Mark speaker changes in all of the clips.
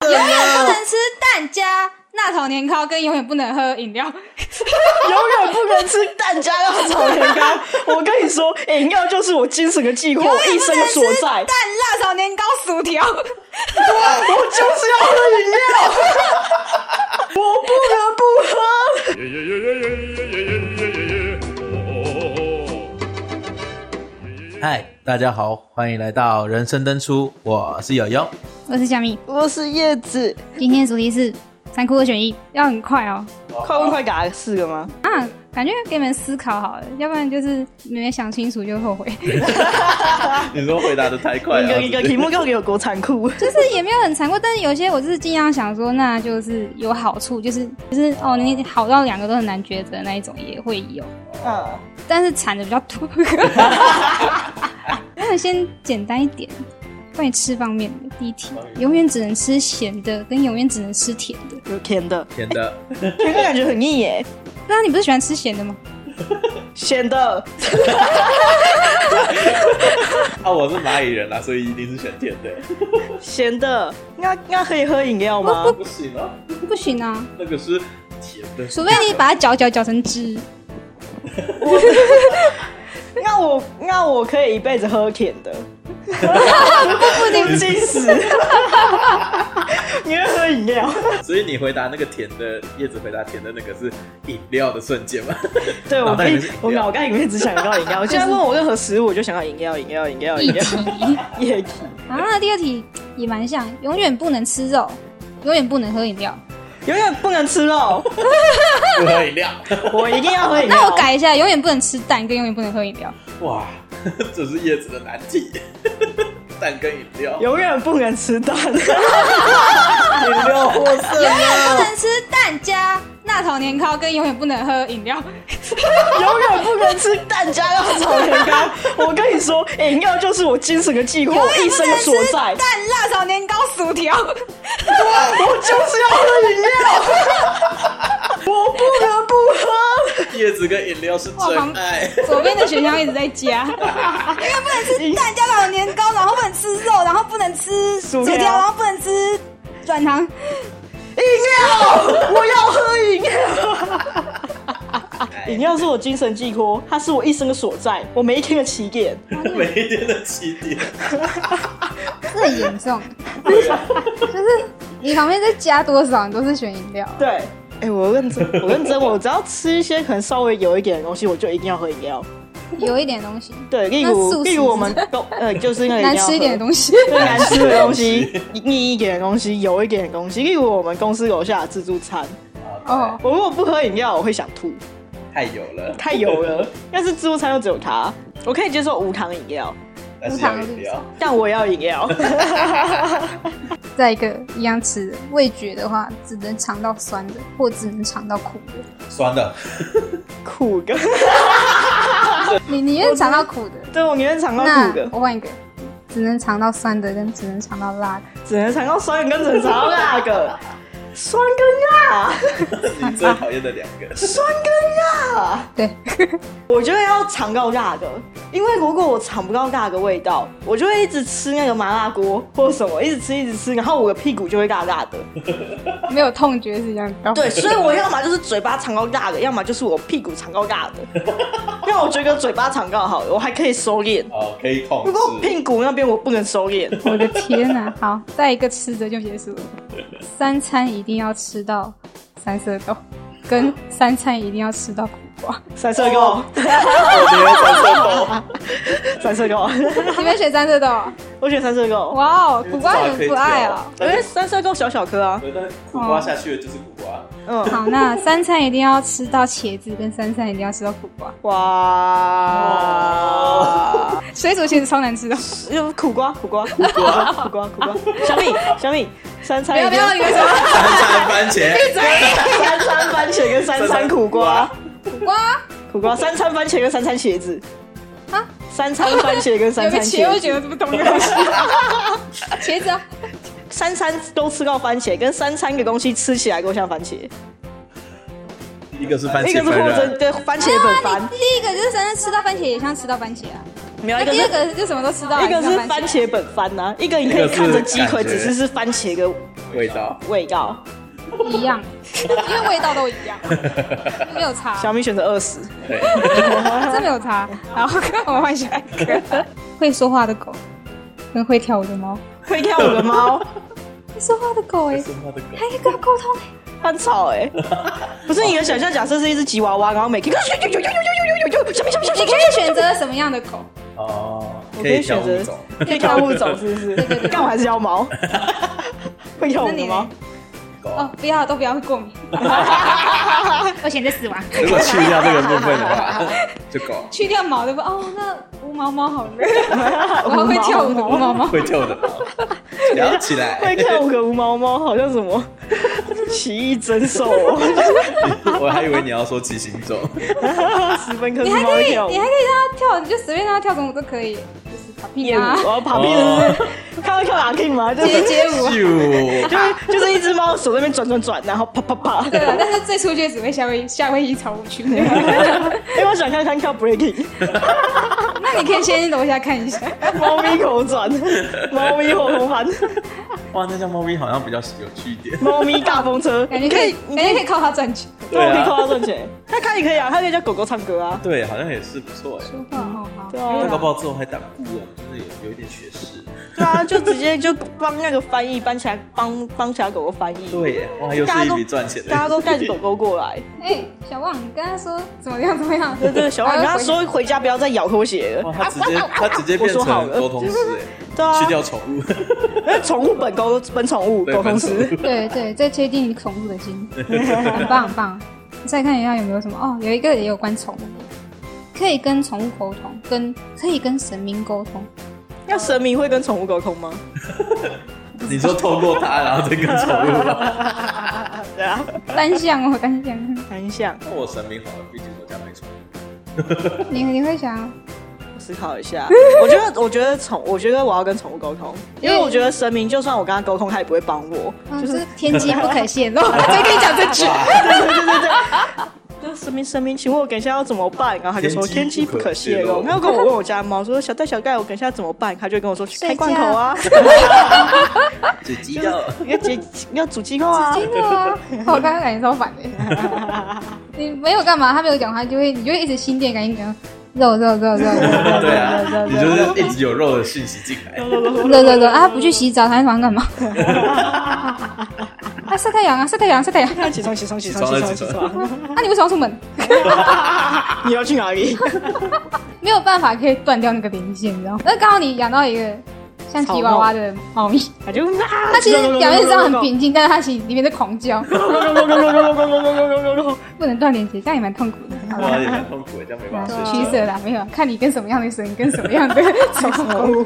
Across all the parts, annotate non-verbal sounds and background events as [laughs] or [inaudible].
Speaker 1: 啊蛋加纳草年糕跟永远不能喝饮料，
Speaker 2: 永远不能吃蛋加辣炒年糕。我跟你说，饮料就是我精神的寄托，一生的所在
Speaker 1: 蛋。辣炒年糕薯条，
Speaker 2: 我就是要喝饮料，我不得不喝。
Speaker 3: 耶耶耶耶耶耶耶耶耶耶！哦，
Speaker 4: 嗨，大家好，欢迎来到人生登出，我是友友。
Speaker 1: 我是小米。
Speaker 2: 我是叶子，
Speaker 1: 今天的主题是三哭二选一，要很快哦。
Speaker 2: 快问快答四个吗？
Speaker 1: 啊，感觉给你们思考好了，要不然就是你们想清楚就后 [laughs] 悔。
Speaker 4: 你说回答的太快
Speaker 2: 一个一个题目，到底有多残酷？
Speaker 1: 就是也没有很残酷，但是有些我就是尽量想说，那就是有好处，就是就是哦，你好到两个都很难抉择那一种也会有，
Speaker 2: 嗯，
Speaker 1: 但是惨的比较多。
Speaker 2: [laughs]
Speaker 1: 那先简单一点，关于吃方面的第一题，永远只能吃咸的，跟永远只能吃甜的。
Speaker 2: 有甜的，
Speaker 4: 甜的，
Speaker 2: 甜的感觉很腻耶，
Speaker 1: 那你不是喜欢吃咸的吗？
Speaker 2: 咸的。
Speaker 4: 啊，我是蚂蚁人啦，所以一定是选甜的。
Speaker 2: 咸的，那那可以喝饮料吗？
Speaker 4: 不行啊，
Speaker 1: 不行啊，
Speaker 4: 那个是甜的，
Speaker 1: 除非你把它搅搅搅成汁。
Speaker 2: 那我那我可以一辈子喝甜
Speaker 1: [laughs]
Speaker 2: 的，
Speaker 1: 不
Speaker 2: 不
Speaker 1: 行，
Speaker 2: 禁食。 [laughs] 你会喝饮料？
Speaker 4: 所以你回答那个甜的，叶子回答甜的那个是饮料的瞬间嘛？
Speaker 2: 对，我
Speaker 4: 脑袋
Speaker 2: 可
Speaker 4: 里
Speaker 2: 以
Speaker 4: 面是饮料，
Speaker 2: 我脑袋里面只想到饮
Speaker 1: [laughs]
Speaker 2: 料。我现在问我任何食物，我就想到饮料，饮料，饮料，饮料。液体，
Speaker 1: 啊，第二题也蛮像，永远不能吃肉，永远不能喝饮料。
Speaker 2: 永远不能吃肉，
Speaker 4: 不喝饮料，
Speaker 2: 我一定要喝饮料。
Speaker 1: 那我改一下，永远不能吃蛋，跟永远不能喝饮料。
Speaker 4: 哇，这是叶子的难题。蛋跟饮料，
Speaker 2: 永远不能吃蛋，
Speaker 4: 饮料获
Speaker 1: 永
Speaker 4: 胜
Speaker 1: 远不能吃蛋加纳草年糕，跟永远不能喝饮料。
Speaker 2: 永远不能吃蛋加辣炒年糕。我跟你说，饮料就是我精神的寄托，哦一生的所在。
Speaker 1: 蛋辣炒年糕薯条，
Speaker 2: [laughs] 我就是要喝饮料， [laughs] 我不得不喝。
Speaker 4: 叶子跟饮料是真爱。
Speaker 1: [laughs] 左边的选项一直在加，永远不能吃蛋加老年糕，然后不能吃肉，然后不能吃薯条，
Speaker 2: 薯条
Speaker 1: 然后不能吃软糖。
Speaker 2: 饮料，我要喝饮料。 [laughs] 饮料是我精神寄托，它是我一生的所在，我每一天的起点。
Speaker 4: 每一天的起点，
Speaker 1: 这很严 [laughs] 重，就是你旁边再加多少，你都是选饮料。
Speaker 2: 对，哎、我认 [laughs] 真，我认真，我只要吃一些可能稍微有一点的东西，我就一定要喝饮料。
Speaker 1: 有一点东西，
Speaker 2: 对，例
Speaker 1: 那
Speaker 2: 如
Speaker 1: 素食
Speaker 2: 例如我们都呃，就是那个
Speaker 1: 难吃一点的
Speaker 2: 东
Speaker 1: 东西。
Speaker 2: 西，难吃的东 [laughs] 西，腻一点的东西，油一点的东西。例如我们公司楼下的自助餐，
Speaker 1: [laughs] 哦，
Speaker 2: 我如果不喝饮料，我会想吐。
Speaker 4: 太有了，
Speaker 2: 太油了。但是自助餐又只有它，我可以接受无糖饮料，
Speaker 4: 但是要饮料。
Speaker 2: 但我也要饮料。
Speaker 1: 再一个一样吃的，味觉的话只能尝到酸的，或只能尝到苦的。
Speaker 4: 酸的，
Speaker 2: 苦的，
Speaker 1: 你你愿意尝到苦的，
Speaker 2: 对我宁愿尝到
Speaker 1: 那
Speaker 2: 苦的，
Speaker 1: 我换一个，只能尝到酸的，跟只能尝到辣的。
Speaker 2: 只能尝到酸的跟只能尝到辣的。酸跟辣，
Speaker 4: [laughs] 你最讨厌的两个。
Speaker 2: 酸跟辣，
Speaker 1: 对，
Speaker 2: 我觉得要尝到辣的，因为如果我尝不到辣的味道，我就会一直吃那个麻辣锅或什么，一直吃一直吃，然后我的屁股就会辣辣的。
Speaker 1: 没有痛觉是一样高。
Speaker 2: 对，所以我要么就是嘴巴尝到辣的，要么就是我屁股尝到辣的。那我觉得嘴巴尝到好了，我还可以收敛，
Speaker 4: 哦，可以控
Speaker 2: 不过
Speaker 4: 制。
Speaker 2: 屁股那边我不能收敛，
Speaker 1: 我的天哪、好，再一个吃的就结束了。三餐一定要吃到三色豆，跟三餐一定要吃到苦瓜。
Speaker 2: 三色糕，
Speaker 4: 我觉得三色豆，
Speaker 2: [laughs] 三色糕，
Speaker 1: 你们选三色豆啊？
Speaker 2: [laughs] 我选三色糕，
Speaker 1: 哇哦，苦瓜你们不爱啊、
Speaker 2: 因为哎三色糕小小颗啊，
Speaker 4: 对但是苦瓜下去的就是苦瓜，
Speaker 2: 嗯，
Speaker 1: 好，那三餐一定要吃到茄子，跟三餐一定要吃到苦瓜。
Speaker 2: 哇，
Speaker 1: 水煮茄子超难吃的。
Speaker 2: 有苦瓜，哦苦瓜，苦瓜，苦瓜，苦瓜，小米，小米，三
Speaker 1: 不
Speaker 2: 餐
Speaker 1: 要
Speaker 2: 一
Speaker 1: 不
Speaker 2: 定
Speaker 1: 要，你们说
Speaker 4: 三餐番茄，
Speaker 2: 三餐番茄跟三餐苦瓜，
Speaker 1: 苦瓜
Speaker 2: 苦瓜，三餐番茄跟三餐茄子，
Speaker 1: 啊？
Speaker 2: 三餐番茄跟三
Speaker 1: 有
Speaker 2: [laughs] 餐
Speaker 1: 个茄，
Speaker 2: 茄
Speaker 1: 我
Speaker 2: 子，
Speaker 1: 觉得这不同的 [laughs] 东西。茄子啊，
Speaker 2: 三餐都吃到番茄，跟三餐的东西吃起来都像番茄，
Speaker 4: 一个是番
Speaker 2: 一
Speaker 4: 茄
Speaker 2: 个是
Speaker 4: 粉
Speaker 2: 货
Speaker 4: 人
Speaker 2: 真，对番茄粉番，
Speaker 1: 啊第一个就是三餐吃到番茄也像吃到番茄啊，
Speaker 2: 没有
Speaker 1: 那
Speaker 2: 一个
Speaker 1: 第
Speaker 2: 哎是
Speaker 1: 二个就什么都吃到，
Speaker 2: 一个
Speaker 1: 也
Speaker 2: 是
Speaker 1: 像
Speaker 2: 番
Speaker 1: 茄。
Speaker 2: 茄本番呐、啊，一个你可以看着鸡腿，
Speaker 4: 一个是感觉
Speaker 2: 只是是番茄的
Speaker 4: 味道
Speaker 2: 味道。
Speaker 1: 一样， [laughs] 因为味道都一样，没有 [laughs] 差，
Speaker 2: 小米选择二十，
Speaker 4: 对，
Speaker 1: 真没有差。然后跟 [laughs] 我换下一
Speaker 2: [laughs]
Speaker 1: 个，会说话的狗跟会跳舞的猫。
Speaker 2: 会跳舞的猫
Speaker 1: 会说话的狗哎、
Speaker 4: 生怕的狗
Speaker 1: 还可以跟它沟 [laughs] 通哎、
Speaker 2: 很吵哎、 [laughs] 不是你能想象，假设是一只吉娃娃，然后每天小米小米小米
Speaker 1: 你可以选择什么样的狗？
Speaker 5: 哦，
Speaker 2: 我
Speaker 5: 可
Speaker 2: 可以
Speaker 5: 以挑
Speaker 2: 选
Speaker 5: 物
Speaker 2: 择
Speaker 5: 种，
Speaker 2: 可以跳舞走，是不是
Speaker 1: 对对对？
Speaker 2: 但我还是要猫，会跳舞
Speaker 1: 那你
Speaker 2: 的
Speaker 1: 呢
Speaker 2: 猫。
Speaker 5: 狗
Speaker 1: 哦，不要，都不要会过 [laughs] 敏。我选择死亡，
Speaker 4: 如果去掉这个部分的话，就狗
Speaker 1: 去掉毛的吧。哦，那无毛猫好 [laughs] 了，我还会跳舞的无毛猫。
Speaker 4: 会跳的猫，聊起来
Speaker 2: 会，跳舞的无毛猫好像什么 [laughs] 奇异珍兽哦， [laughs]
Speaker 4: 我还以为你要说骑行种，
Speaker 2: 十分科
Speaker 1: 你
Speaker 2: 是
Speaker 1: 还
Speaker 2: 猫
Speaker 1: 可
Speaker 2: 会
Speaker 1: 以，
Speaker 2: 跳舞
Speaker 1: 你。还可以让它跳，你就随便让它跳什么都可以，就是卡屁
Speaker 2: 业务，
Speaker 1: 啊，
Speaker 2: 我要旁边是不是看到跳哪 king 吗？就是
Speaker 1: 街街舞 [laughs] 啊。
Speaker 4: 就
Speaker 2: 就是就是一只猫手在那边转转转，然后啪啪啪。
Speaker 1: 对啊，但是最初就只会夏威夷夏威夷草舞 [laughs] 曲。
Speaker 2: 因为我想看看跳 breaking，
Speaker 1: 那你可以先楼下看一下，
Speaker 2: 猫咪
Speaker 1: [laughs]
Speaker 2: 口转，猫咪后空翻，
Speaker 4: 哇，那叫猫咪好像比较有趣一点，
Speaker 2: 猫咪大风车。
Speaker 1: 感觉
Speaker 2: 你
Speaker 1: 可
Speaker 2: 可
Speaker 1: 以
Speaker 2: 以，，
Speaker 1: 感觉可以靠它赚钱。
Speaker 2: 那我可以靠
Speaker 4: 啊，
Speaker 2: 它赚钱。它可以可以啊，它可以叫狗狗唱歌啊。
Speaker 4: 对，好像也是不错哎。
Speaker 1: 说话好好。
Speaker 2: 对
Speaker 4: 那搞
Speaker 2: 啊，
Speaker 4: 不好之后还打不过，就是有有一点学识。
Speaker 2: 对啊，就直接就帮那个翻译，帮其他帮帮其他狗狗翻译。
Speaker 4: 对耶，哇，又是一笔赚钱的。
Speaker 2: 大家都带着狗狗过
Speaker 1: [laughs]
Speaker 2: 来。
Speaker 1: 哎，小旺，你跟他说怎么样怎么样？
Speaker 2: 对对，小婉跟他说回家不要再咬拖鞋
Speaker 4: [laughs]
Speaker 2: 了。
Speaker 4: 哇，他直接
Speaker 2: [laughs]
Speaker 4: 他直接变
Speaker 2: 我说好
Speaker 4: 成
Speaker 2: 了
Speaker 4: 沟通师哎，
Speaker 2: [laughs] 对啊
Speaker 4: 去，掉宠物， [laughs]
Speaker 2: 那宠物本狗本宠物
Speaker 4: 对
Speaker 2: 狗公
Speaker 4: 本
Speaker 2: 司
Speaker 4: 宠
Speaker 1: 对对，这确定你宠物的心，很棒很棒。再看一下有没有什么哦，有一个也有关宠物的，可以跟宠物沟通，跟可以跟神明沟通，
Speaker 2: 那神明会跟宠物沟通吗？
Speaker 4: 你说透过它，然后再跟宠物吗？
Speaker 2: 对啊，
Speaker 1: 单向哦单向。
Speaker 2: 单向。
Speaker 4: 那 [laughs] 我神明好了，毕竟我家没宠物。
Speaker 1: 你你会想要，
Speaker 2: 思考一下，我觉得，我觉得宠，我觉得我要跟宠物沟通，因为我觉得神明就算我跟他沟通，他也不会帮我。
Speaker 1: 嗯，这天机不可泄露，谁跟你讲这句？
Speaker 2: 就神明，神明，请问我等一下要怎么办？然后他就说
Speaker 4: 天
Speaker 2: 天
Speaker 4: 机
Speaker 2: 机
Speaker 4: 不
Speaker 2: 不
Speaker 4: 可
Speaker 2: 可
Speaker 4: 泄
Speaker 2: 泄
Speaker 4: 露
Speaker 2: 露。然后跟我问我家猫说小戴小盖，我等一下怎么办？他就跟我说去开罐头啊，
Speaker 4: 只鸡
Speaker 2: 就是
Speaker 4: 肉，
Speaker 2: 要解要煮鸡肉啊。
Speaker 1: 真的啊！我刚刚感觉超反的。你没有干嘛，他没有讲话，就会你就会一直心电感应讲肉肉肉肉肉
Speaker 4: [laughs] 对啊，你就是一直有肉的讯息进来，
Speaker 1: 肉肉肉啊！不去洗澡，躺在床上干嘛？ [laughs] 啊，晒太阳啊，晒太阳，晒太阳！
Speaker 2: 那起床，起床，起床，起床，起床！
Speaker 1: 那你为什么要出门？
Speaker 2: 你要去哪里？
Speaker 1: 没有办法可以断掉那个连线，你知道吗？那刚好你养到一个像吉娃娃的猫咪，
Speaker 2: 他就啊，
Speaker 1: 它其实表面上很平静，但是它其实里面在狂叫，不能断连接，这样也蛮痛苦的。
Speaker 2: 啊
Speaker 4: 哇，也蛮痛苦的，这样没办法
Speaker 1: 取
Speaker 4: 睡觉。
Speaker 1: 舍啦，没有，看你跟什么样的神，跟什么样的宠物。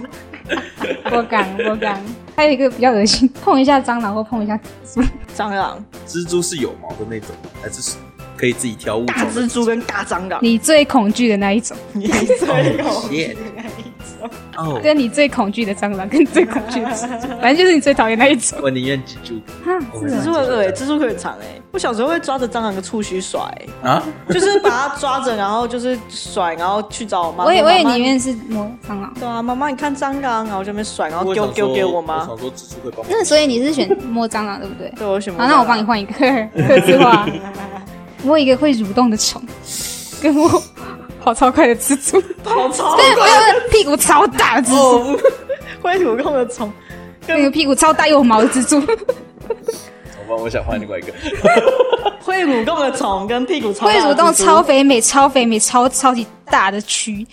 Speaker 1: [laughs] 我敢，我敢。还有一个比较恶心，碰一下蟑螂或碰一下蜘蛛，
Speaker 2: 蟑螂、
Speaker 4: 蜘蛛是有毛的那种，还是可以自己挑物
Speaker 2: 大
Speaker 4: 种的
Speaker 2: 蜘？蛛跟大蟑螂，
Speaker 1: 你最恐惧的那一种，
Speaker 2: 你最
Speaker 4: 哦
Speaker 2: 恐
Speaker 4: ，shit 哦，
Speaker 1: [laughs] 跟你最恐惧的蟑螂，跟最恐惧的蜘
Speaker 2: [laughs]
Speaker 1: 蛛，反正就是你最讨厌那一种。
Speaker 4: 我宁愿蜘蛛
Speaker 1: 哈，
Speaker 4: 我
Speaker 1: 是
Speaker 4: 们
Speaker 1: 的，
Speaker 2: 蜘蛛很恶欸，蜘蛛腿很长哎、我小时候会抓着蟑螂的触须甩欸、 [laughs]
Speaker 4: 啊，
Speaker 2: 就是把它抓着，然后就是甩，然后去找我妈。
Speaker 1: 我也我也
Speaker 2: 妈妈
Speaker 1: 宁愿是摸蟑螂。
Speaker 2: 对啊，妈妈你看蟑螂，然后我这边甩，然后
Speaker 4: 我
Speaker 2: 丢
Speaker 4: 想说
Speaker 2: 丢给我
Speaker 4: 我
Speaker 2: 妈。
Speaker 4: 想说蜘蛛会帮忙
Speaker 1: [laughs] 那所以你是选摸蟑螂对不对？
Speaker 2: 对，我选不
Speaker 1: 好，
Speaker 2: 到。
Speaker 1: 那我帮你换一个 [laughs] 特制
Speaker 2: [laughs]
Speaker 1: 化，摸一个会蠕动的虫，跟摸跑超快的蜘 [laughs] 蛛，
Speaker 2: 跑 [laughs] 超
Speaker 1: 跟我有个屁股超大的蜘蛛。
Speaker 2: 哦，会吐空的虫，
Speaker 1: 那个屁股超大又有毛的
Speaker 2: [laughs]
Speaker 1: 蜘蛛，
Speaker 4: 我帮我想换另外一个，
Speaker 2: 会蠕动的虫跟屁股超
Speaker 1: 会 [laughs]
Speaker 2: 大的
Speaker 1: 蠕动
Speaker 2: 蜘蛛
Speaker 1: 超肥美、超肥美、超超级大的蛆，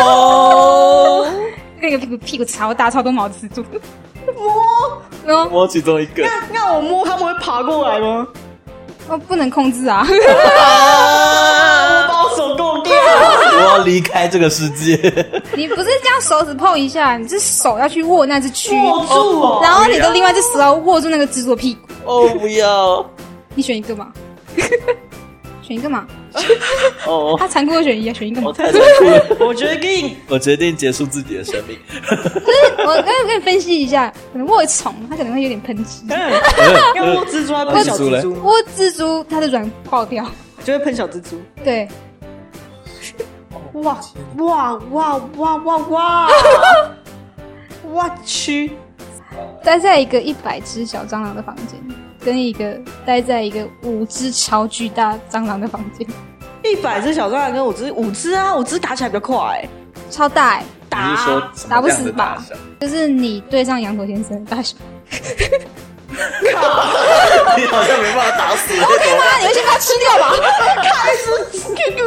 Speaker 2: 哦，
Speaker 1: [laughs] 那个屁股屁股超大、超多毛的蜘蛛，
Speaker 2: 摸
Speaker 1: 哦，
Speaker 4: 摸其中一个，
Speaker 2: 那那我摸它们会爬过来吗？
Speaker 1: 我哦不能控制 [laughs] 啊，
Speaker 2: 啊！把我手够掉，
Speaker 4: 我要离开这个世界。
Speaker 1: 你不是这样手指碰一下，你是手要去握那只蛆，
Speaker 2: 握住哦
Speaker 1: 然后你的另外一只手要握住那个蜘蛛的屁股，
Speaker 4: 哦，不要！
Speaker 1: 你选一个嘛， [laughs] 选一个嘛，
Speaker 4: 哦，
Speaker 1: 他残酷的选一啊，选一个嘛
Speaker 4: 我。太残酷了。
Speaker 2: 我决定
Speaker 4: [laughs] 我决定结束自己的生命。
Speaker 2: 哦
Speaker 1: 我跟跟你分析一下，可能握虫，它可能会有点喷汁。
Speaker 2: 嗯
Speaker 4: [laughs] 呃
Speaker 2: 要摸蜘蛛，它
Speaker 4: 那
Speaker 2: 喷小
Speaker 4: 呃蜘蛛嘞
Speaker 2: 蜘蛛，
Speaker 1: 握蜘蛛，它的软爆掉。
Speaker 2: 就会喷小蜘蛛。
Speaker 1: 对，
Speaker 2: 哇哇哇哇哇哇！哇去！
Speaker 1: 待在一个一百只小蟑螂的房间，跟一个待在一个五只超巨大蟑螂的房间，
Speaker 2: 一百只小蟑螂跟五只，五只啊，五只打起来比较快、
Speaker 1: 超大、欸，
Speaker 2: 打
Speaker 6: 你是说什么
Speaker 1: 打不
Speaker 6: 样
Speaker 1: 死
Speaker 6: 的
Speaker 1: 吧
Speaker 6: 大小？
Speaker 1: 就是你对上羊驼先生的大小，
Speaker 4: [laughs]
Speaker 6: 你好像没办法打死。
Speaker 1: 妈，啊你会先把它吃掉吧？
Speaker 2: 跟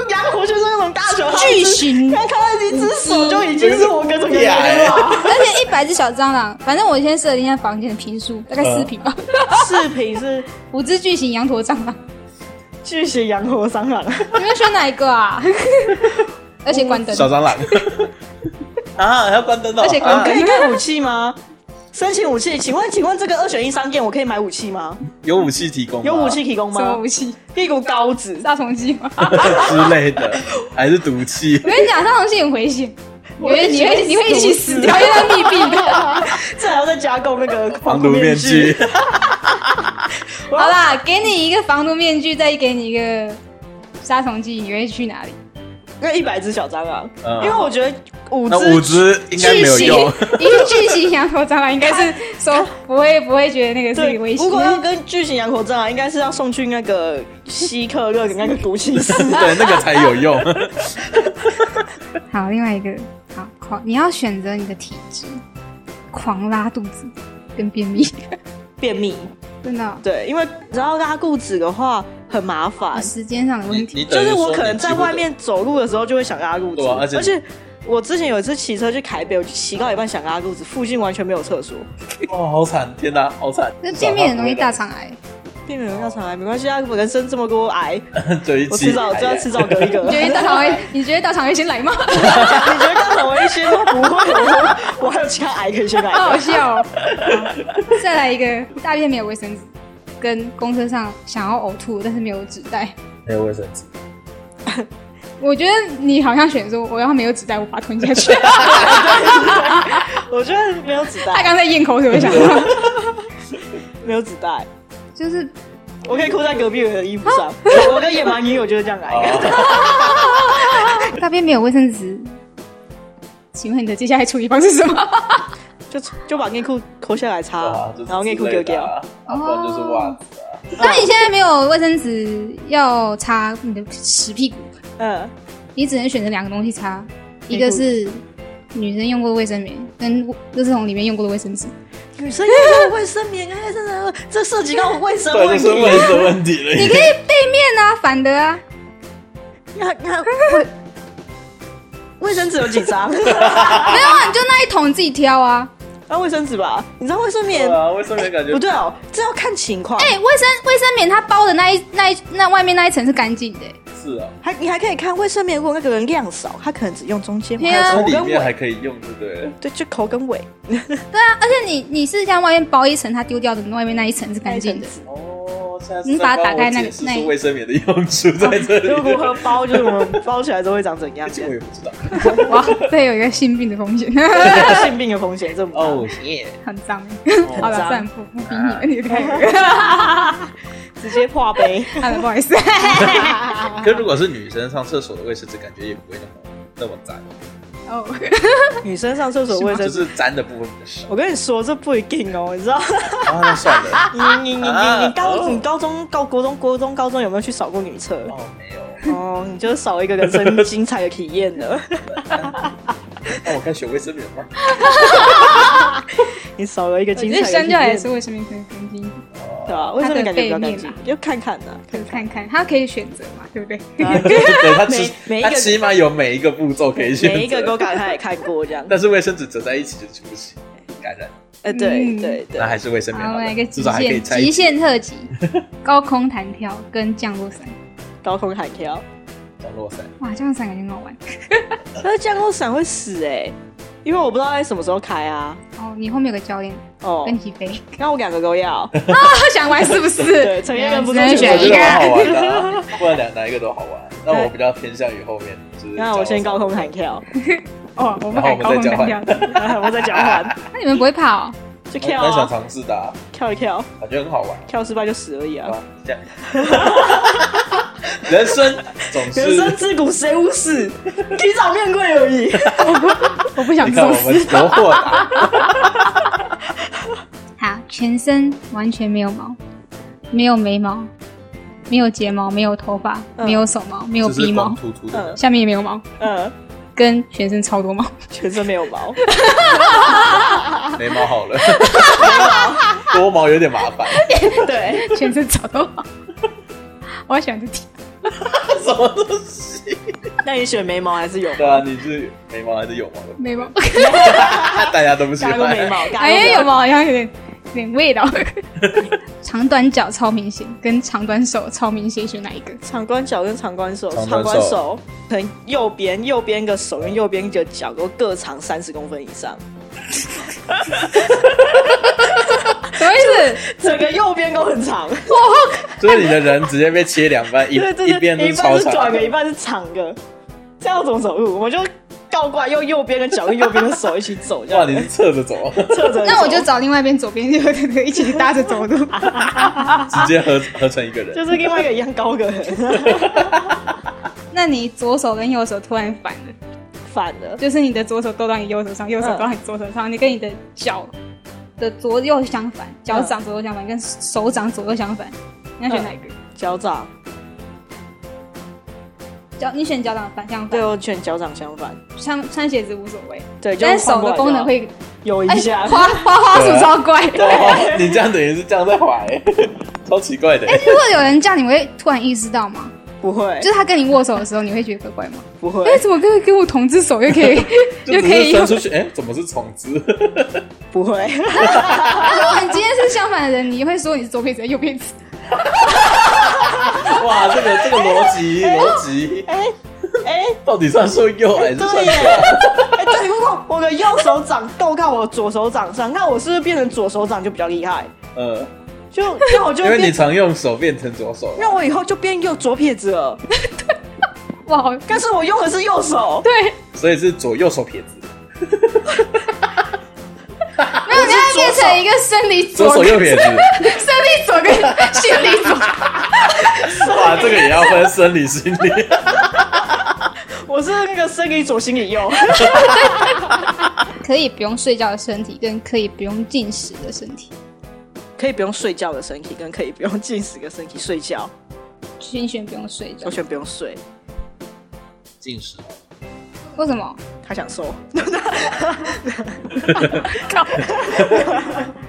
Speaker 2: 羊驼先生那种大小，
Speaker 1: 巨型，
Speaker 2: 他一只，看到一只手就已经是我跟这个人了。
Speaker 1: 而且一百只小蟑螂，反正我先设定一下房间的平数，大概
Speaker 4: 嗯
Speaker 1: 四平吧，
Speaker 2: 视频是
Speaker 1: 五只巨型羊驼蟑螂，
Speaker 2: 巨型羊驼蟑螂，
Speaker 1: 你们选哪一个啊？ [laughs] 而且关灯，
Speaker 4: [laughs] 小蟑螂啊，还要关灯哦，
Speaker 1: 而且关
Speaker 4: 啊
Speaker 2: 可
Speaker 1: 灯
Speaker 2: 以卖武器吗？申请武器，请问请问这个二选一商店我可以买武器吗？
Speaker 4: 有武器提供吗，
Speaker 2: 有武器提供
Speaker 1: 什么
Speaker 2: 吗？
Speaker 1: 武器？
Speaker 2: 一股刀子，
Speaker 1: 杀虫剂吗？
Speaker 4: [laughs]
Speaker 1: [laughs]
Speaker 4: 之类的，还是毒气
Speaker 1: 我跟你讲，杀虫剂很危险，你
Speaker 2: 我会
Speaker 1: 会你会你会一起死掉，
Speaker 2: 毒
Speaker 1: 因为它密闭 [laughs] 的。
Speaker 2: 这还要再加购那个
Speaker 4: 防毒面具。。
Speaker 2: 哇
Speaker 1: 好啦，给你一个防毒面具，再给你一个杀虫剂，你会去哪里？
Speaker 2: 那一百只小蟑螂，
Speaker 4: 嗯
Speaker 2: 因为我觉得五
Speaker 4: 那五
Speaker 2: 只
Speaker 4: 只应该没有
Speaker 1: 巨 [laughs]
Speaker 4: 用，。
Speaker 1: 型因为巨型羊头蟑螂应该是说不会不会觉得那个是
Speaker 2: 对
Speaker 1: 一个危，险
Speaker 2: 如。果要跟巨型羊驼蟑螂，应该是要送去那个希克勒的那个毒气室
Speaker 4: 对，那个才有用。
Speaker 1: 好，另外一个好狂，你要选择你的体质，狂拉肚子跟 [laughs] 便秘， [laughs]
Speaker 2: 便秘，
Speaker 1: 真的哦、
Speaker 2: 对，因为你知道拉肚子的话很麻烦，
Speaker 1: 时间上的问题。
Speaker 6: 你等
Speaker 2: 就
Speaker 6: 于
Speaker 2: 是我
Speaker 6: 说
Speaker 2: 可能
Speaker 6: 你
Speaker 2: 在
Speaker 6: 几乎
Speaker 2: 外面走路的时候就会想拉肚子，
Speaker 6: 对啊而且
Speaker 2: 我之前有一次骑车去台北，我就骑到一半想拉肚子，附近完全没有厕所，
Speaker 4: 哦，好惨！天哪，好惨！
Speaker 1: 那便秘很容易大肠癌，
Speaker 2: 并没有尿肠癌，没关系啊，我人生这么多癌，
Speaker 4: [laughs] 就一
Speaker 2: 我
Speaker 4: 起
Speaker 2: 迟早就要迟早得一个。
Speaker 1: [laughs] 你觉得大肠癌？你 [laughs] 觉得大肠癌先来吗？
Speaker 2: [laughs] 你觉得刚才我一些都不会，我我还有其他癌可以先来
Speaker 1: 好
Speaker 2: 的
Speaker 1: 好。笑、哦。好再来一个，大便没有卫生纸，跟公车上想要呕吐但是没有纸袋。
Speaker 4: 没有卫生纸，
Speaker 1: 我觉得你好像选说我要没有纸袋，我把它吞下 [laughs] 去。
Speaker 2: 我觉得没有子
Speaker 1: 他 [laughs]
Speaker 2: 弹，
Speaker 1: 刚才咽口水，我想到，
Speaker 2: 没有子弹，
Speaker 1: 就是
Speaker 2: 我可以扣在隔壁人的衣服
Speaker 1: 啊
Speaker 2: 上。 [laughs] 我我跟野蛮女友就是这样来
Speaker 1: 哦
Speaker 2: 的。
Speaker 6: 哦
Speaker 1: 大便没有卫生纸。请问你的接下来处理方式是什么？
Speaker 2: 就就把内裤脱下来 [laughs] 擦，然后内裤丢掉。，
Speaker 6: 啊然后就是袜子。
Speaker 1: 那你现在没有卫生纸要擦你的屎屁股，
Speaker 2: 嗯，
Speaker 1: 你只能选择两个东西擦，一个是女生用过的卫生棉，跟垃圾桶里面用过的卫生纸。
Speaker 2: 女生用卫生棉，哎，真的，这涉及到卫 [laughs] 生
Speaker 4: 对，
Speaker 2: 问
Speaker 4: 这是
Speaker 2: 题。
Speaker 1: [laughs]
Speaker 4: 卫生问题
Speaker 1: [laughs]
Speaker 4: 了。
Speaker 1: 你可以背面啊，反的啊，
Speaker 2: 那那卫卫生纸有几张？ [laughs]
Speaker 1: 没有啊，你就那一桶你自己挑啊。
Speaker 2: 那卫生纸吧，你知道卫生棉
Speaker 6: 对啊，卫生棉感觉
Speaker 2: 不对哦，这要看情况。
Speaker 1: 哎、卫生卫生棉它包的那一那一那外面那一层是干净的、
Speaker 6: 是啊，
Speaker 2: 还你还可以看卫生棉，如果那个人量少，他可能只用中间，
Speaker 1: 对
Speaker 2: 还
Speaker 1: 啊
Speaker 2: 有
Speaker 6: 那
Speaker 2: 头
Speaker 6: 里
Speaker 2: 跟
Speaker 6: 面还
Speaker 2: 尾，
Speaker 6: 可以用，对不对？
Speaker 2: 对，就头跟尾
Speaker 1: 对啊，而且你你是像外面包一层，它丢掉的外面那一层是干净的。
Speaker 6: 哦，现在
Speaker 1: 你把它打开那个那
Speaker 6: 是卫生棉的用处在这里。
Speaker 2: [laughs] 如果和包就是我们包起来之后会长怎样？
Speaker 6: 这我也不知道。
Speaker 2: [laughs]
Speaker 1: 哇，这有一个性病的风险， [laughs]
Speaker 2: 性病的风险这么
Speaker 6: 哦
Speaker 2: 高，
Speaker 6: 耶！
Speaker 1: 很脏。哎
Speaker 6: 哦
Speaker 1: 好了，
Speaker 2: 脏
Speaker 1: 算了，不不逼你了，你看有一个。
Speaker 2: 直接破杯。
Speaker 1: 好了，不好意思。
Speaker 4: 可如果是女生上厕所的卫生纸，感觉也不会那么那么脏，
Speaker 1: [laughs] 哦，
Speaker 2: 女生上厕所卫
Speaker 4: 只
Speaker 2: 生纸，
Speaker 4: 是沾的部分比较少。
Speaker 2: 我跟你说这不一定哦，你知道？
Speaker 4: 啊，那算了。
Speaker 2: 你你你你
Speaker 4: 啊
Speaker 2: 你高
Speaker 4: 哦
Speaker 2: 你高中高国中国中高中有没有去扫过女厕？
Speaker 4: 哦，没有。
Speaker 2: 哦，你就少一个人生精彩的体验 [laughs] 了，
Speaker 4: 那我看选卫生棉吧。
Speaker 2: 你少了一个
Speaker 1: 我觉
Speaker 2: 精彩
Speaker 1: 得
Speaker 2: 的体验。
Speaker 1: 相较来说，卫生棉可能干净一点，
Speaker 2: 对啊吧？卫生棉感觉比较干
Speaker 1: 它的背
Speaker 2: 净
Speaker 1: 面，
Speaker 2: 就看看啊 [laughs] 呐，
Speaker 1: 可以看看，它可以选择嘛，对不对？
Speaker 4: 对，它
Speaker 2: 每
Speaker 4: 起
Speaker 2: 每一
Speaker 4: 它
Speaker 2: 个
Speaker 4: 起码有每一个步骤可以选择。
Speaker 2: 每一个沟感他也看过这样。
Speaker 4: 但是卫生纸折在一起就是不行，感染。
Speaker 2: 呃，对
Speaker 1: 嗯
Speaker 2: 对对
Speaker 4: 那，还是卫生棉
Speaker 1: 好，
Speaker 4: 好
Speaker 1: 我来一个
Speaker 4: 了，
Speaker 1: 极
Speaker 4: 至少还可以
Speaker 1: 限
Speaker 4: 拆
Speaker 1: 极
Speaker 4: 一起。
Speaker 1: 限特辑，
Speaker 4: [laughs]
Speaker 1: 高空弹跳跟降落伞。
Speaker 2: 高空弹跳，
Speaker 4: 降落伞，
Speaker 1: 哇，降落伞感觉很好玩。
Speaker 2: 但是降落伞会死哎、因为我不知道在什么时候开啊。
Speaker 1: 哦，你后面有个教练
Speaker 2: 哦
Speaker 1: 跟，你一起飞， [laughs]
Speaker 2: 那我两个都要。
Speaker 1: 他想玩是不是？
Speaker 2: 对陈彦仁不是
Speaker 1: 只能
Speaker 4: 我
Speaker 1: 选一
Speaker 4: 觉
Speaker 1: 个
Speaker 4: 得。蛮好玩的啊，不然哪哪一个都好玩。那我比较偏向于后面，就是
Speaker 2: 那我先
Speaker 4: 降
Speaker 2: 高
Speaker 4: 落伞
Speaker 2: 空
Speaker 1: [laughs]
Speaker 2: 弹跳，
Speaker 1: 哦，我不
Speaker 4: 然后
Speaker 1: 敢
Speaker 4: 我
Speaker 1: 高空
Speaker 4: 们再
Speaker 1: 弹跳。
Speaker 2: 我在交换，
Speaker 1: 那你们不会怕哦？
Speaker 2: 就
Speaker 4: 我
Speaker 2: 跳
Speaker 4: 蛮想
Speaker 2: 啊，
Speaker 4: 尝试的啊，
Speaker 2: 跳一跳，
Speaker 4: 感觉很好玩。
Speaker 2: 跳失败就死而已啊
Speaker 4: 啊。这样， [laughs] 人生总
Speaker 2: 人生
Speaker 4: 是。
Speaker 2: 自古谁无
Speaker 4: [laughs]
Speaker 2: 死，提早面贵而已。
Speaker 1: 我不想
Speaker 4: [laughs] 你看
Speaker 1: 作死。
Speaker 4: 我们多豁达，
Speaker 1: 全身完全没有毛，没有眉毛，没有睫毛，没有头发，
Speaker 2: 嗯
Speaker 1: 没有手毛，没有
Speaker 4: 就
Speaker 1: 鼻
Speaker 4: 是光
Speaker 1: 毛，
Speaker 4: 秃秃的，
Speaker 1: 下面也没有毛，
Speaker 2: [laughs] 嗯，
Speaker 1: 跟全身超多毛。 [laughs]
Speaker 2: 全身没有毛，
Speaker 4: 眉毛好了，多毛有点麻烦，
Speaker 2: 对，
Speaker 1: 全身找到好。 [laughs] 我好喜欢这题，
Speaker 4: 什么东西？
Speaker 2: 那你选眉毛还是有毛？
Speaker 4: 对啊，你是眉毛还是有毛的？
Speaker 1: 眉毛，
Speaker 4: 大家都不喜
Speaker 2: 嘎
Speaker 4: 欢
Speaker 2: 个眉毛，
Speaker 4: [laughs]
Speaker 2: 嘎个
Speaker 1: 哎
Speaker 2: 眉
Speaker 1: 有
Speaker 2: 毛，
Speaker 1: 毛好像有点有点味道。长短脚超明显，跟长短手超明显，选哪一个？
Speaker 2: 长官脚跟长官手，
Speaker 4: 长
Speaker 2: 长
Speaker 4: 官手
Speaker 2: 官手可能右边右边一个手跟右边一个脚都各长三十公分以上，
Speaker 1: 什么意思？
Speaker 2: 整个右边都很长，
Speaker 4: 就是你的人直接被切两半，一
Speaker 2: 对对对，
Speaker 4: 一边
Speaker 2: 一
Speaker 4: 是
Speaker 2: 半
Speaker 4: 超
Speaker 2: 是
Speaker 4: 长
Speaker 2: 短的，一半是长的，这样要怎么走路？我就倒过来，用右边的脚跟右边的手一起走，这
Speaker 4: 哇，
Speaker 2: 样
Speaker 4: 你是侧着走，
Speaker 2: 侧着走。
Speaker 1: 那我就找另外一边左边，就一起搭着走路。
Speaker 4: 直接合合成一个
Speaker 2: [laughs]
Speaker 4: 人，
Speaker 2: 就是另外一个一样高个人，
Speaker 1: 那你左手跟右手突然反了，
Speaker 2: 反了。
Speaker 1: 就是你的左手勾到你右手上，右手勾到你左手上，你跟你的脚的左右相反，脚掌左右相反，跟手掌左右相反，你要选哪一个？
Speaker 2: 脚掌，
Speaker 1: 脚，你选脚掌反相
Speaker 2: 对
Speaker 1: 反，
Speaker 2: 我选脚掌相反，
Speaker 1: 穿穿鞋子无所谓，
Speaker 2: 对，就
Speaker 1: 但是手
Speaker 2: 换过
Speaker 1: 的
Speaker 2: 来
Speaker 1: 功
Speaker 2: 就
Speaker 1: 能
Speaker 2: 好
Speaker 1: 会
Speaker 2: 有一
Speaker 1: 哎，
Speaker 2: 下，
Speaker 1: 花花花鼠超怪。
Speaker 4: 哇哇 [laughs] 你这样等于是这样在滑，欸超奇怪
Speaker 2: 哎
Speaker 4: 的欸。
Speaker 1: 如果有人这样，你会突然意识到吗？
Speaker 2: 不
Speaker 4: 哎
Speaker 2: 会
Speaker 1: 就，是他跟你握手的时候，你会觉得怪怪吗？
Speaker 2: 不会
Speaker 1: 哎、，怎么跟跟我同只手又可以
Speaker 4: [laughs] 就
Speaker 1: 又可
Speaker 4: 只
Speaker 1: 以
Speaker 4: 是
Speaker 1: 用
Speaker 4: 伸？
Speaker 1: [laughs]
Speaker 4: 出去，哎、怎么是虫子？
Speaker 2: 不会，
Speaker 1: 那啊如果你今天是相反的人，你会说你是左撇子还是右撇子？
Speaker 4: [laughs] 哇，这个这个逻辑逻辑，
Speaker 2: 哎，
Speaker 4: 到底算说右还是
Speaker 2: 对
Speaker 4: 算
Speaker 2: 耶
Speaker 4: 左？，
Speaker 2: 哎，对，如果我的右手掌够到我左手掌上，那我是不是变成左手掌就比较厉害？
Speaker 4: 嗯，
Speaker 2: 就那我就
Speaker 4: 因为你
Speaker 2: 变，
Speaker 4: 常用手变成左手，
Speaker 2: 那我以后就变右左撇子了，
Speaker 1: 哇，好
Speaker 2: 但是我用的是右手，
Speaker 1: 对，
Speaker 4: 所以是左右手撇子，
Speaker 1: 没有，你会变成一个生理
Speaker 4: 左
Speaker 1: 左
Speaker 4: 手
Speaker 1: 跟
Speaker 4: 右撇子。
Speaker 1: [laughs] 生理左跟心理左，
Speaker 4: 哇，这个也要分生理心理。
Speaker 2: 我是那个生理左心理右，
Speaker 1: 可以不用睡觉的身体，跟可以不用进食的身体，
Speaker 2: [laughs] 可以不用睡觉的身体，跟可以不用进食的身体睡觉，
Speaker 1: 先选不用睡觉
Speaker 2: 我。选不用睡，
Speaker 4: 进食，
Speaker 1: 为什么？
Speaker 2: 他想瘦，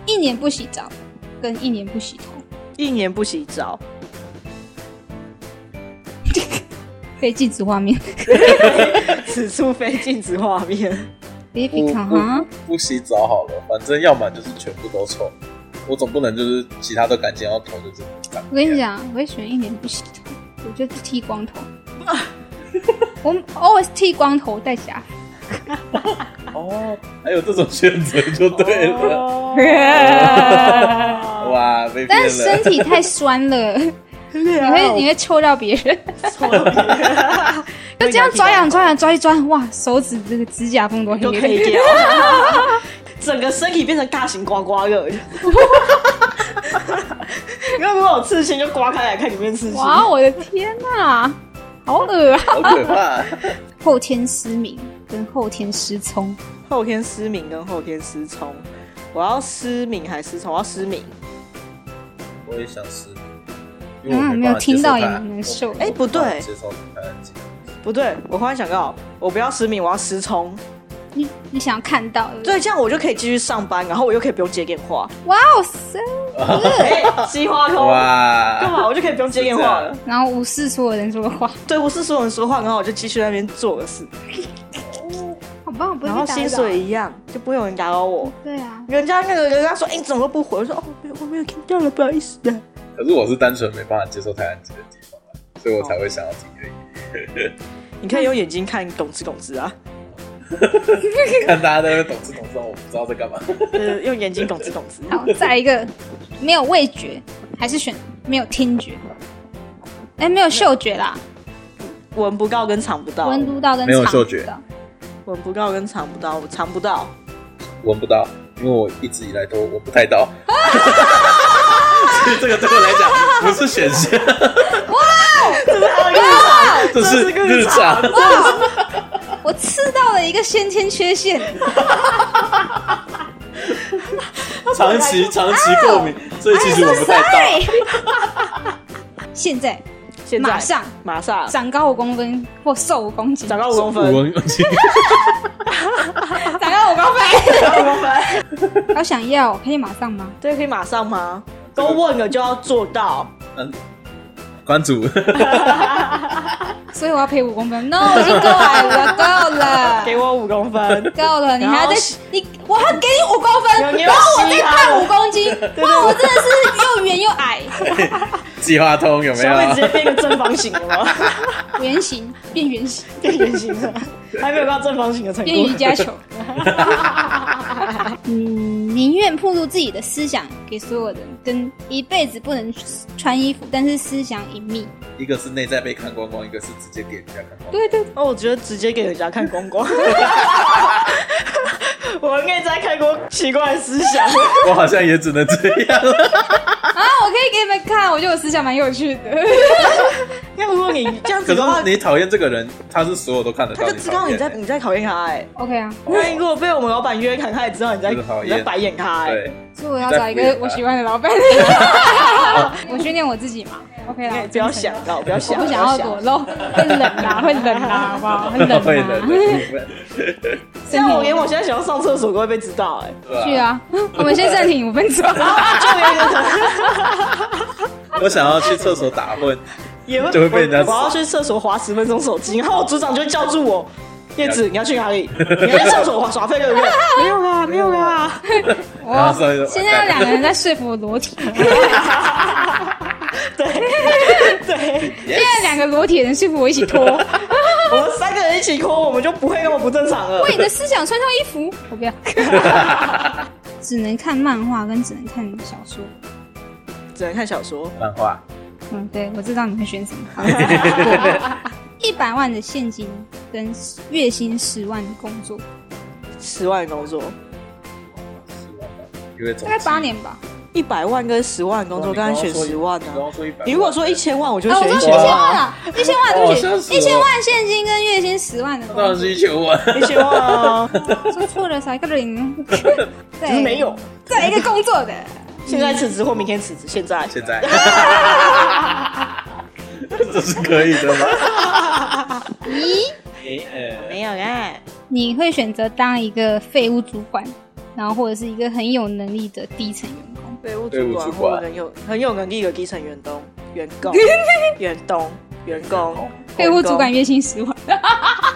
Speaker 1: 一年不洗澡，跟一年不洗头，
Speaker 2: 一年不洗澡， [laughs]
Speaker 1: 可以禁止画面。
Speaker 2: 此处非静止画面，
Speaker 1: Baby 卡哈，
Speaker 4: 不洗澡好了，反正要么就是全部都臭，我总不能就是其他都干净，然后头就是脏。
Speaker 1: 我跟你，讲，我会选一年不洗头，我就剃光头。我 always 剃光头戴假发。
Speaker 4: 哦，还有这种选择就对啊了。
Speaker 2: 哦
Speaker 4: 哇，被骗
Speaker 1: 但
Speaker 4: 了。
Speaker 1: 是身体太酸了，你
Speaker 2: 对啊
Speaker 1: 会你会抽到别人，
Speaker 2: 臭到别人
Speaker 1: 就这样抓痒抓痒抓一抓，哇，手指这个指甲缝都
Speaker 2: 都
Speaker 1: 黑
Speaker 2: 可
Speaker 1: 黑 [laughs]
Speaker 2: 以
Speaker 1: 的。
Speaker 2: 掉， [laughs] 整个身体变成大型刮刮 [laughs] 乐。因为如果有刺青，就刮开来看里面刺青。
Speaker 1: 哇，哦我的天哪、好恶啊！
Speaker 4: [laughs] 好可怕！
Speaker 1: 后天失明跟后天失聪，
Speaker 2: 后天失明跟后天失聪，我要失明还是失聪？我要失明。
Speaker 4: 我也想失明，因为我
Speaker 1: 嗯，没
Speaker 4: 办
Speaker 1: 有
Speaker 4: 法接
Speaker 1: 听
Speaker 4: 受
Speaker 1: 到
Speaker 4: 它
Speaker 1: 也难受。
Speaker 2: 哎、不对，
Speaker 4: 接受它的结果
Speaker 2: 不对，我忽然想到，我不要失明，我要失聪。
Speaker 1: 你你想要看到的？
Speaker 2: 对，这样我就可以继续上班，然后我又可以不用接电话。
Speaker 1: 哇哦塞！
Speaker 2: [laughs] 哎、西花空，干
Speaker 4: 哇，
Speaker 2: 嘛？我就可以不用接电话了。
Speaker 1: 然后无视所有人说的话，
Speaker 2: 对，我是所有人说话，然后我就继续在那边做我的事，
Speaker 1: 好棒，我不会
Speaker 2: 然
Speaker 1: 被
Speaker 2: 后
Speaker 1: 打
Speaker 2: 薪
Speaker 1: 扰
Speaker 2: 水一样，就不会有人打扰我。
Speaker 1: 对啊，
Speaker 2: 人家那个人家说，哎、你怎么都不回？我说，哦，没有， [laughs] 我没有听到了，不好意思啊。
Speaker 4: 可是我是单纯没办法接受台湾籍的地方啊，所以我才会想要听粤语，
Speaker 2: 你可以用眼睛看懂之懂之啊，
Speaker 4: 看大家在那边懂吃懂喝，我不知道在干嘛。
Speaker 2: 呃，用眼睛懂之懂之。
Speaker 1: 好，再一个没有味觉，还是选没有听觉？哎、没有嗅觉啦，
Speaker 2: 闻不到跟尝不到，
Speaker 1: 温度到跟
Speaker 4: 没有
Speaker 1: 长
Speaker 4: 嗅
Speaker 1: 度
Speaker 4: 觉
Speaker 1: 到
Speaker 2: 闻不到跟尝不到，我尝不到，
Speaker 4: 闻不到，因为我一直以来都闻不太到。所以这个对我来讲不是选项，
Speaker 2: [laughs] 这是他的日
Speaker 4: 这是日常。
Speaker 1: 我吃到了一个先天缺陷，
Speaker 4: 长期长期过敏，所以其实我不太到。
Speaker 1: 现在
Speaker 2: 现在
Speaker 1: 马上
Speaker 2: 马上
Speaker 1: 长高五公分或瘦五公斤，
Speaker 2: 长到五公
Speaker 4: 五
Speaker 2: 分，
Speaker 4: 公斤，
Speaker 1: 长高五公分， [laughs]
Speaker 2: 长到五公分，
Speaker 1: 好想要，可以马上吗？
Speaker 2: 这个可以马上吗？都问了就要做到，
Speaker 1: [laughs]
Speaker 4: 嗯，关主，
Speaker 1: 所以我要赔五公分。No，已经够矮了，够了，。
Speaker 2: [laughs] 给我五公分
Speaker 1: 够了，你还
Speaker 2: 然
Speaker 1: 在
Speaker 2: 后
Speaker 1: 你，我还给你五公分，
Speaker 2: 你要啊
Speaker 1: 然后我
Speaker 2: 你
Speaker 1: 再
Speaker 2: 要
Speaker 1: 胖五公
Speaker 2: [laughs]
Speaker 1: 斤，哇，我真的是又圆又矮，
Speaker 4: 计划通有没啊
Speaker 2: 小美直
Speaker 4: 有？
Speaker 2: 接变个正方形了吗？ [laughs]
Speaker 1: 圆形变圆形，
Speaker 2: 变圆形了，还没有到正方形的程
Speaker 1: 变
Speaker 2: 度
Speaker 1: 瑜。
Speaker 2: [laughs]
Speaker 1: 伽球。 [laughs] 嗯，宁愿暴露自己的思想给所有人，跟一辈子不能穿衣服，但是思想隐秘。
Speaker 4: [laughs] 一个是内在被看光光，一个是直接给人家看光光。 [laughs]
Speaker 1: 对对
Speaker 2: 那哦我觉得直接给人家看光
Speaker 1: [laughs]
Speaker 2: 光。我内在看过奇怪的思想，
Speaker 4: 我好像也只能这样了。
Speaker 1: 啊，我可以给你们看，我觉得我思想蛮有趣的。 [laughs]
Speaker 2: 那如果你这样
Speaker 4: 可
Speaker 2: 子的话
Speaker 4: 是，你讨厌这个人，他是所有都看得
Speaker 2: 他
Speaker 4: 到
Speaker 2: 就
Speaker 4: 你
Speaker 2: 知道
Speaker 4: 讨
Speaker 2: 你
Speaker 4: 厌
Speaker 2: 在
Speaker 4: 欸。
Speaker 2: 你在讨厌他哎、
Speaker 1: OK 啊，
Speaker 2: 那如果被我们老板约谈，他也知道你在
Speaker 4: 就是讨
Speaker 2: 你
Speaker 4: 厌
Speaker 2: 在白眼他、欸，
Speaker 4: 对，
Speaker 1: [laughs] 所以我要找一个我喜欢的 [laughs] 老板。我训练我自己嘛。OK 啊
Speaker 2: 你也
Speaker 1: 啦，
Speaker 2: 不要想到，不要
Speaker 1: 我
Speaker 2: 想，
Speaker 1: 不想要裸露，会冷啦，会冷啦，好不
Speaker 4: [laughs]
Speaker 1: 好？会冷
Speaker 4: 会的，
Speaker 1: 啦。
Speaker 4: 对对
Speaker 2: 这样我连我现在想要上厕所都会被知道哎、
Speaker 4: 对
Speaker 1: 去啊，我们先暂停五分
Speaker 4: [laughs]
Speaker 1: 钟。
Speaker 4: 我想要去厕所打混，
Speaker 2: 也会
Speaker 4: 就会被人家
Speaker 2: 我我要去厕所划十分钟手机，然后我组长就会叫住我。叶子，你要去哪里？你要去厕所耍废对不
Speaker 4: [laughs]
Speaker 2: 对？没有啦，没有啦。
Speaker 4: 然后所以
Speaker 1: 我现在有两个人在说服我裸体，现
Speaker 2: 对对，
Speaker 1: 在两个裸体的人说服我一起 [laughs] 脱。
Speaker 2: 我们三个人一起抠，我们就不会那么不正常了
Speaker 1: 为。你的思想穿上衣服，我 [laughs] 不要。只能看漫画跟只能看小说。
Speaker 2: 只能看小说，
Speaker 4: 漫画，
Speaker 1: 嗯，对，我知道你会选什么。 [laughs] 一百万的现金跟月薪十万的工作，
Speaker 2: 十万的工作，
Speaker 4: 因为总
Speaker 1: 大概八年吧。
Speaker 2: 一百万跟十万的工作，刚才选十万
Speaker 4: 你
Speaker 2: 呢
Speaker 4: 刚。刚说一百，
Speaker 2: 你如果说一千万，我就
Speaker 1: 啊，我
Speaker 2: 选
Speaker 1: 说一
Speaker 2: 千
Speaker 1: 千
Speaker 2: 万
Speaker 1: 万
Speaker 2: 啊，
Speaker 1: 啊，一千万，对
Speaker 4: 哦
Speaker 1: 不
Speaker 4: 吓死
Speaker 1: 起，
Speaker 4: 我
Speaker 1: 一千万现金跟月薪十万的工
Speaker 4: 当然
Speaker 1: 作，
Speaker 4: 是一千万，
Speaker 2: [laughs] 一千万啊，
Speaker 1: 说错了少一个 [laughs] 零，
Speaker 2: 只是
Speaker 1: 对，
Speaker 2: 没有。
Speaker 1: 再一个工作的，
Speaker 2: 现在辞职或明天辞职，现在
Speaker 4: [laughs] 现在。这是可以的吗？
Speaker 1: [laughs] 咦，
Speaker 4: 诶呃
Speaker 2: 没有哎，
Speaker 1: 你会选择当一个废物主管，然后或者是一个很有能力的低层员工？
Speaker 2: 废物
Speaker 4: 废
Speaker 2: 主
Speaker 4: 物
Speaker 2: 管
Speaker 4: 主
Speaker 2: 或
Speaker 4: 管
Speaker 2: 很有很有能力的基层员工、员
Speaker 4: [laughs]
Speaker 2: 工、员工、员工、
Speaker 1: 废物主管
Speaker 2: 员
Speaker 1: 月薪十万，
Speaker 2: 工。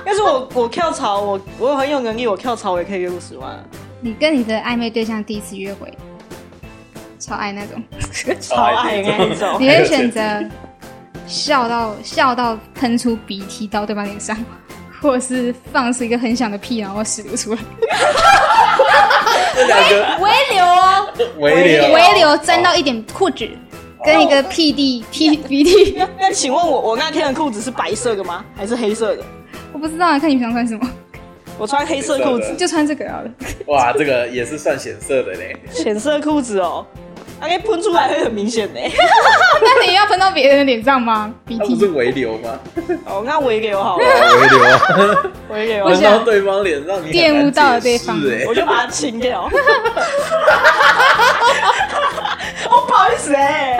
Speaker 2: 要是我我跳槽，我我很有能力，我跳槽我也可以月入十万啊，
Speaker 1: 你跟你的暧昧对象第一次约会，超爱那种，
Speaker 4: [laughs] 超
Speaker 2: 超爱那一种
Speaker 1: 你。会选择笑到笑到喷出鼻涕到对方脸上， [laughs] 或者是放出一个很响的屁，然后屎流出来？
Speaker 4: 这两个
Speaker 1: 微流哦。
Speaker 4: 微流，
Speaker 1: 微流沾到一点裤子，
Speaker 4: 哦
Speaker 1: 跟一个屁地屁鼻涕， [laughs]
Speaker 2: 那请问我我那天的裤子是白色的吗？还是黑色的？
Speaker 1: 我不知道啊，看你平常穿什么，
Speaker 2: 我穿黑色裤子，
Speaker 1: 就穿这个好了。
Speaker 4: [laughs] 哇，这个也是算显色的 [laughs] 嘞。
Speaker 2: 浅色裤子哦，那该喷出来会很明显呢。 [laughs]
Speaker 1: 那你要喷到别人的脸上吗？鼻
Speaker 4: 它不
Speaker 1: 涕？
Speaker 4: 是微流吗？
Speaker 2: 哦，那我也给我好了，
Speaker 4: 微 [laughs] 流啊，
Speaker 2: 我也给我
Speaker 1: 我
Speaker 4: 喷
Speaker 1: 想
Speaker 2: 好，
Speaker 4: 到对方脸上，你很难
Speaker 1: 玷污到了对方
Speaker 4: 解释欸
Speaker 2: [laughs] 我就把它清
Speaker 4: [laughs]
Speaker 2: 掉。哦，不好意思
Speaker 4: [laughs]
Speaker 2: 哎，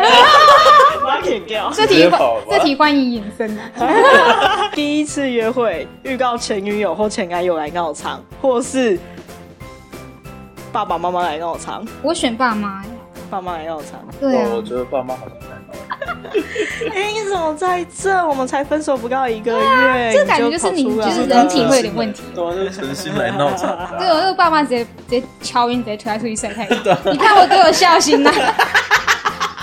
Speaker 2: 把它舔掉。
Speaker 1: 这题
Speaker 4: 直接跑吧
Speaker 1: 这题欢迎衍生啊！
Speaker 2: [laughs] 第一次约会遇到前女友或前男友来闹场，或是爸爸妈妈来闹场，
Speaker 1: 我选爸妈欸，
Speaker 2: 爸妈来闹场。
Speaker 1: 对啊
Speaker 4: 哦我，我觉得爸妈好像难搞。
Speaker 2: 哎、你怎么在这？我们才分手不到一个月，
Speaker 1: 啊这感觉
Speaker 2: 你
Speaker 1: 就是
Speaker 2: 跑出
Speaker 1: 你
Speaker 2: 来
Speaker 1: 就是人体会有点问题。
Speaker 4: 对啊，就是诚心来闹 [laughs] 场的
Speaker 1: 对，
Speaker 4: 啊。
Speaker 1: 我这个爸妈直接直接敲晕，直接推他出去晒太阳。你看我多有孝心呐！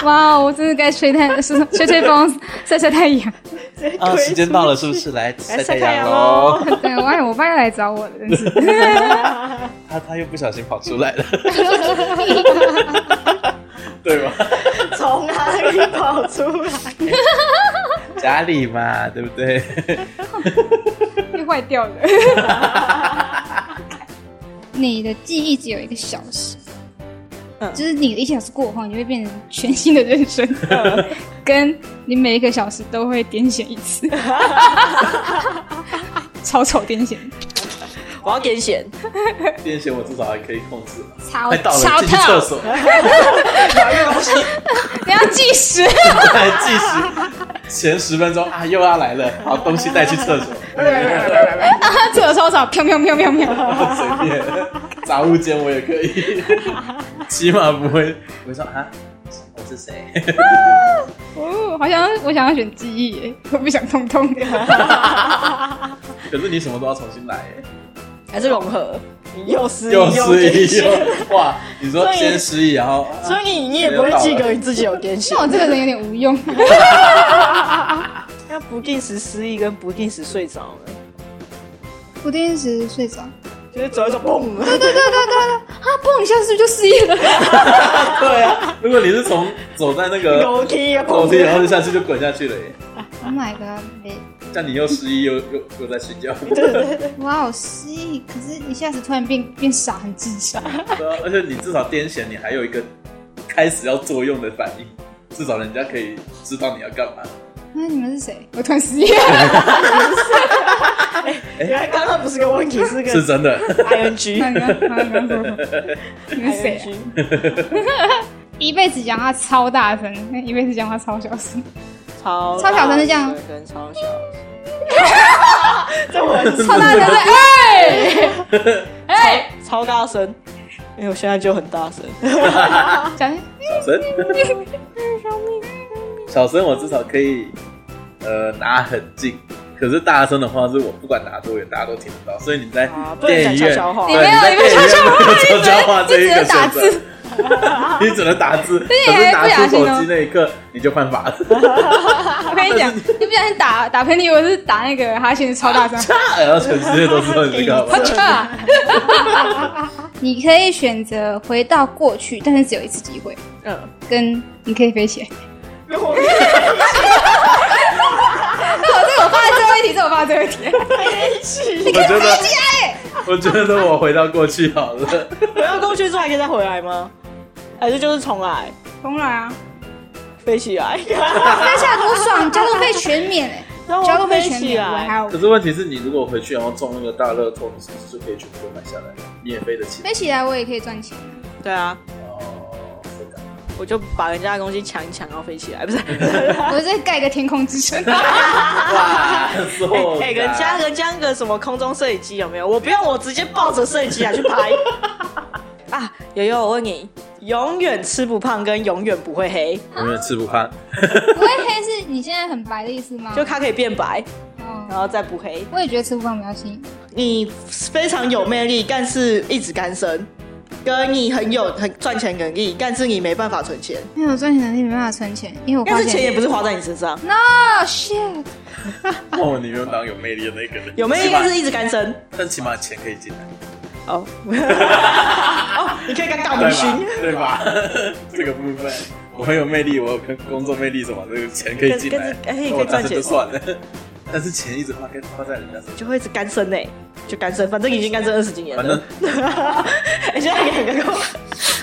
Speaker 1: 哇，哦我真是该吹太吹吹吹风，晒晒太阳。
Speaker 2: 直接 [laughs]
Speaker 4: 啊，
Speaker 2: 推
Speaker 4: 时间
Speaker 2: 出
Speaker 4: 到了，
Speaker 2: 去
Speaker 4: 是不是？ [laughs] 来晒
Speaker 2: 来晒太
Speaker 4: 阳哦
Speaker 2: 阳
Speaker 4: 喽
Speaker 2: 喽！！
Speaker 1: 对，我哎，我爸要来找我了，真是。 [laughs]
Speaker 4: 他他又不小心跑出来了， [laughs] 对吧？
Speaker 2: 从哪里啊跑出来？
Speaker 4: 家里嘛，对不对？
Speaker 1: 又坏掉了。你的记忆只有一个小时，
Speaker 2: 嗯
Speaker 1: 就是你的一小时过后，你会变成全新的人生，跟你每一个小时都会癫痫一次，超丑癫痫。
Speaker 2: 我要点 [laughs] 咸，
Speaker 4: 癫痫我至少还可以控制嘛，[laughs]
Speaker 7: 超
Speaker 4: 快到了
Speaker 7: 超
Speaker 4: 进去厕
Speaker 7: 特，
Speaker 4: 所， [laughs] 拿个东西
Speaker 7: 不要计
Speaker 1: [laughs]
Speaker 7: 时。
Speaker 4: 来计时，前十分钟啊又要来了，好东西带去厕所，
Speaker 7: 厕所收手，飘飘飘飘飘。
Speaker 4: 随便杂物间我也可 [laughs] 以，起码不会我说啊我是谁，
Speaker 7: 哦，好想要我想要选记忆耶，我不想痛痛的。
Speaker 4: [laughs] 可是你什么都要重新来耶，
Speaker 2: 还是融合？又失忆
Speaker 4: [laughs] 又失
Speaker 2: 点
Speaker 4: 忆
Speaker 2: 咸，
Speaker 4: 又哇，你说
Speaker 2: 所以
Speaker 4: 先失忆然后啊
Speaker 2: 所以你也不会记得你自己有点咸
Speaker 7: 那。我这个人有点无用。
Speaker 2: 那不定时失忆跟不定时睡着呢，
Speaker 7: 不定时睡着，
Speaker 2: 就是走一走砰，
Speaker 7: 啊，蹦一下是不是就失忆
Speaker 4: [laughs]
Speaker 7: 了？
Speaker 4: 对啊，如果你是从走在那
Speaker 2: [laughs]
Speaker 4: 个
Speaker 2: 楼梯啊
Speaker 4: 楼
Speaker 2: 砰
Speaker 4: 梯，呃然后就下去就滚下去了耶，
Speaker 7: Oh my god！
Speaker 4: 但你又失忆又又又在睡 [laughs] 觉。
Speaker 7: 哇哦，失忆，可是一下子突然变变傻，很智 [laughs] 障。
Speaker 4: 对啊，而且你至少癫痫，你还有一个开始要作用的反应，至少人家可以知道你要干嘛。
Speaker 7: 那你们是谁？我突然失 [laughs] 忆了。
Speaker 2: 原来刚刚不是个问题，是个
Speaker 4: 是真的，
Speaker 7: 刚
Speaker 2: ing。
Speaker 7: 刚刚刚说什么你们是谁啊？一辈子讲话超大声，那一辈子讲话超小声。
Speaker 2: 超
Speaker 7: 超小声是这样
Speaker 2: 跟超小声，这
Speaker 4: [laughs]
Speaker 2: 我很
Speaker 7: 超大声的，哎哎，
Speaker 2: 超大声，因为我现在就很大声。
Speaker 7: 讲
Speaker 4: 小声，小声，我至少可以呃拿很近。可是大声的话，是我不管拿多远，大家都听得到。所以你在
Speaker 2: 啊不能
Speaker 4: 电影
Speaker 2: 讲
Speaker 4: 院，
Speaker 2: 悄悄话
Speaker 4: 对
Speaker 7: 你没有
Speaker 4: 在
Speaker 7: 你没有
Speaker 4: 电影院没有 [laughs] 悄悄话这一个
Speaker 7: 你只能打
Speaker 4: 选择 [laughs]
Speaker 7: 字，
Speaker 4: 你只能打字。可
Speaker 7: 你
Speaker 4: 是
Speaker 7: 还
Speaker 4: 拿
Speaker 7: 不小
Speaker 4: 出手
Speaker 7: 心哦
Speaker 4: 机那一刻，你就犯法 [laughs] 了。
Speaker 7: 我跟你讲，你不小心打打喷嚏，我是打那个哈欠，超大 [laughs] 声。
Speaker 4: 然后哎全世界都知道你在干嘛。 [laughs]
Speaker 7: 啊你可以选择回到过去，但是只有一次机会，
Speaker 2: 嗯，
Speaker 7: 跟你可以
Speaker 1: [laughs]
Speaker 7: 飞起来。
Speaker 2: 我
Speaker 7: 那我这个我放在最后一题，这个我放在最后一题。
Speaker 4: 我
Speaker 7: [laughs]
Speaker 4: 觉得，我觉得我回到过去好了。 [laughs]
Speaker 2: 我要过去之后还可以再回来吗？还是就是重来
Speaker 7: 重来啊！
Speaker 2: 飞起
Speaker 7: [laughs]
Speaker 2: 来？
Speaker 7: 当下多 [laughs] 爽，交通费全免
Speaker 1: 欸
Speaker 7: 哎、
Speaker 2: 让
Speaker 7: 交
Speaker 2: 我
Speaker 7: 通费
Speaker 2: 飞
Speaker 7: 全
Speaker 2: 起
Speaker 7: 免，我还
Speaker 2: 来！
Speaker 7: 要
Speaker 4: 可是问题是你如果回去然后中那个大乐透，你是不是就可以全部都买下来？你也飞得起？
Speaker 7: 飞起来，我也可以赚钱。
Speaker 2: 对啊，
Speaker 4: 哦，是的
Speaker 2: 我就把人家的东西抢一抢，然后飞起来，不是？
Speaker 7: 我再盖一个天空之城，
Speaker 4: 哇，
Speaker 2: 哎、
Speaker 4: 哎
Speaker 2: 人家人家那个什么空中摄影机有没有？我不要，我直接抱着摄影机啊去拍。 [laughs] 啊，友友，我问你，永远吃不胖跟永远不会黑，
Speaker 4: 永远吃不胖，
Speaker 7: 不会黑是你现在很白的意思吗？
Speaker 2: 就它可以变白，然
Speaker 7: 哦，
Speaker 2: 后再不黑。
Speaker 7: 我也觉得吃不胖比较轻。
Speaker 2: 你非常有魅力，但是一直单身，跟你很有很赚钱能力，但是你没办法存钱，
Speaker 7: 因为我赚钱能力没办法存钱，因为我
Speaker 2: 但
Speaker 7: 花
Speaker 2: 是钱也
Speaker 7: 钱。
Speaker 2: 不是花在你身上。
Speaker 7: No shit！
Speaker 4: 那我宁愿当哦有魅力的那个人。
Speaker 2: 有魅
Speaker 4: 起
Speaker 2: 力
Speaker 4: 码
Speaker 2: 但是一直单身
Speaker 4: 但起码钱可以进来，
Speaker 2: 哦， [laughs] 哦，你可以干大明星，
Speaker 4: 对吧？对吧？这个部分。我很有魅力，我有跟工作魅力什么，这个钱可以进来，
Speaker 2: 跟跟哎可以
Speaker 4: 那我当
Speaker 2: 赚
Speaker 4: 时
Speaker 2: 钱
Speaker 4: 就算了。但是钱一直花跟花在人家身上，
Speaker 2: 就会一直单身呢、就单身，反正已经单身二十几年
Speaker 4: 反
Speaker 2: 了 [laughs]
Speaker 4: 正。
Speaker 2: 哎，现在两个都，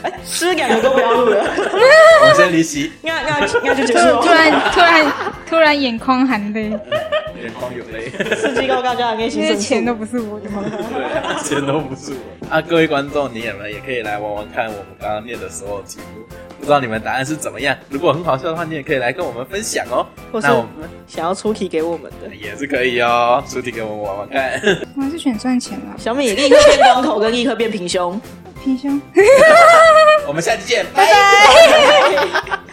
Speaker 2: 哎，是不是两个都不要录了？
Speaker 7: [laughs]
Speaker 4: 我们先离席，
Speaker 2: 那那那就结束
Speaker 7: 突
Speaker 2: 了。
Speaker 7: 然突然突然眼眶含泪，
Speaker 4: 嗯眼眶有泪。
Speaker 2: [laughs] 司机告诉大家，内
Speaker 7: 因
Speaker 2: 心
Speaker 7: 为
Speaker 2: 深
Speaker 7: 钱
Speaker 2: 处
Speaker 7: 都不是我的。
Speaker 4: 对啊，钱都不是我。啊，各位观众，你们也可以来玩玩看我们刚刚念的所有题目，不知道你们答案是怎么样。如果很好笑的话，你也可以来跟我们分享哦。
Speaker 2: 或是
Speaker 4: 那我们哎
Speaker 2: 想要出题给我们的。
Speaker 4: 也是可以哦，出题给我们玩玩看。
Speaker 2: [laughs]
Speaker 7: 我还是选赚钱啊，
Speaker 2: 小米立刻变光头，跟立刻变平胸。
Speaker 7: 平胸。
Speaker 4: 我们下期见，拜。
Speaker 2: 拜。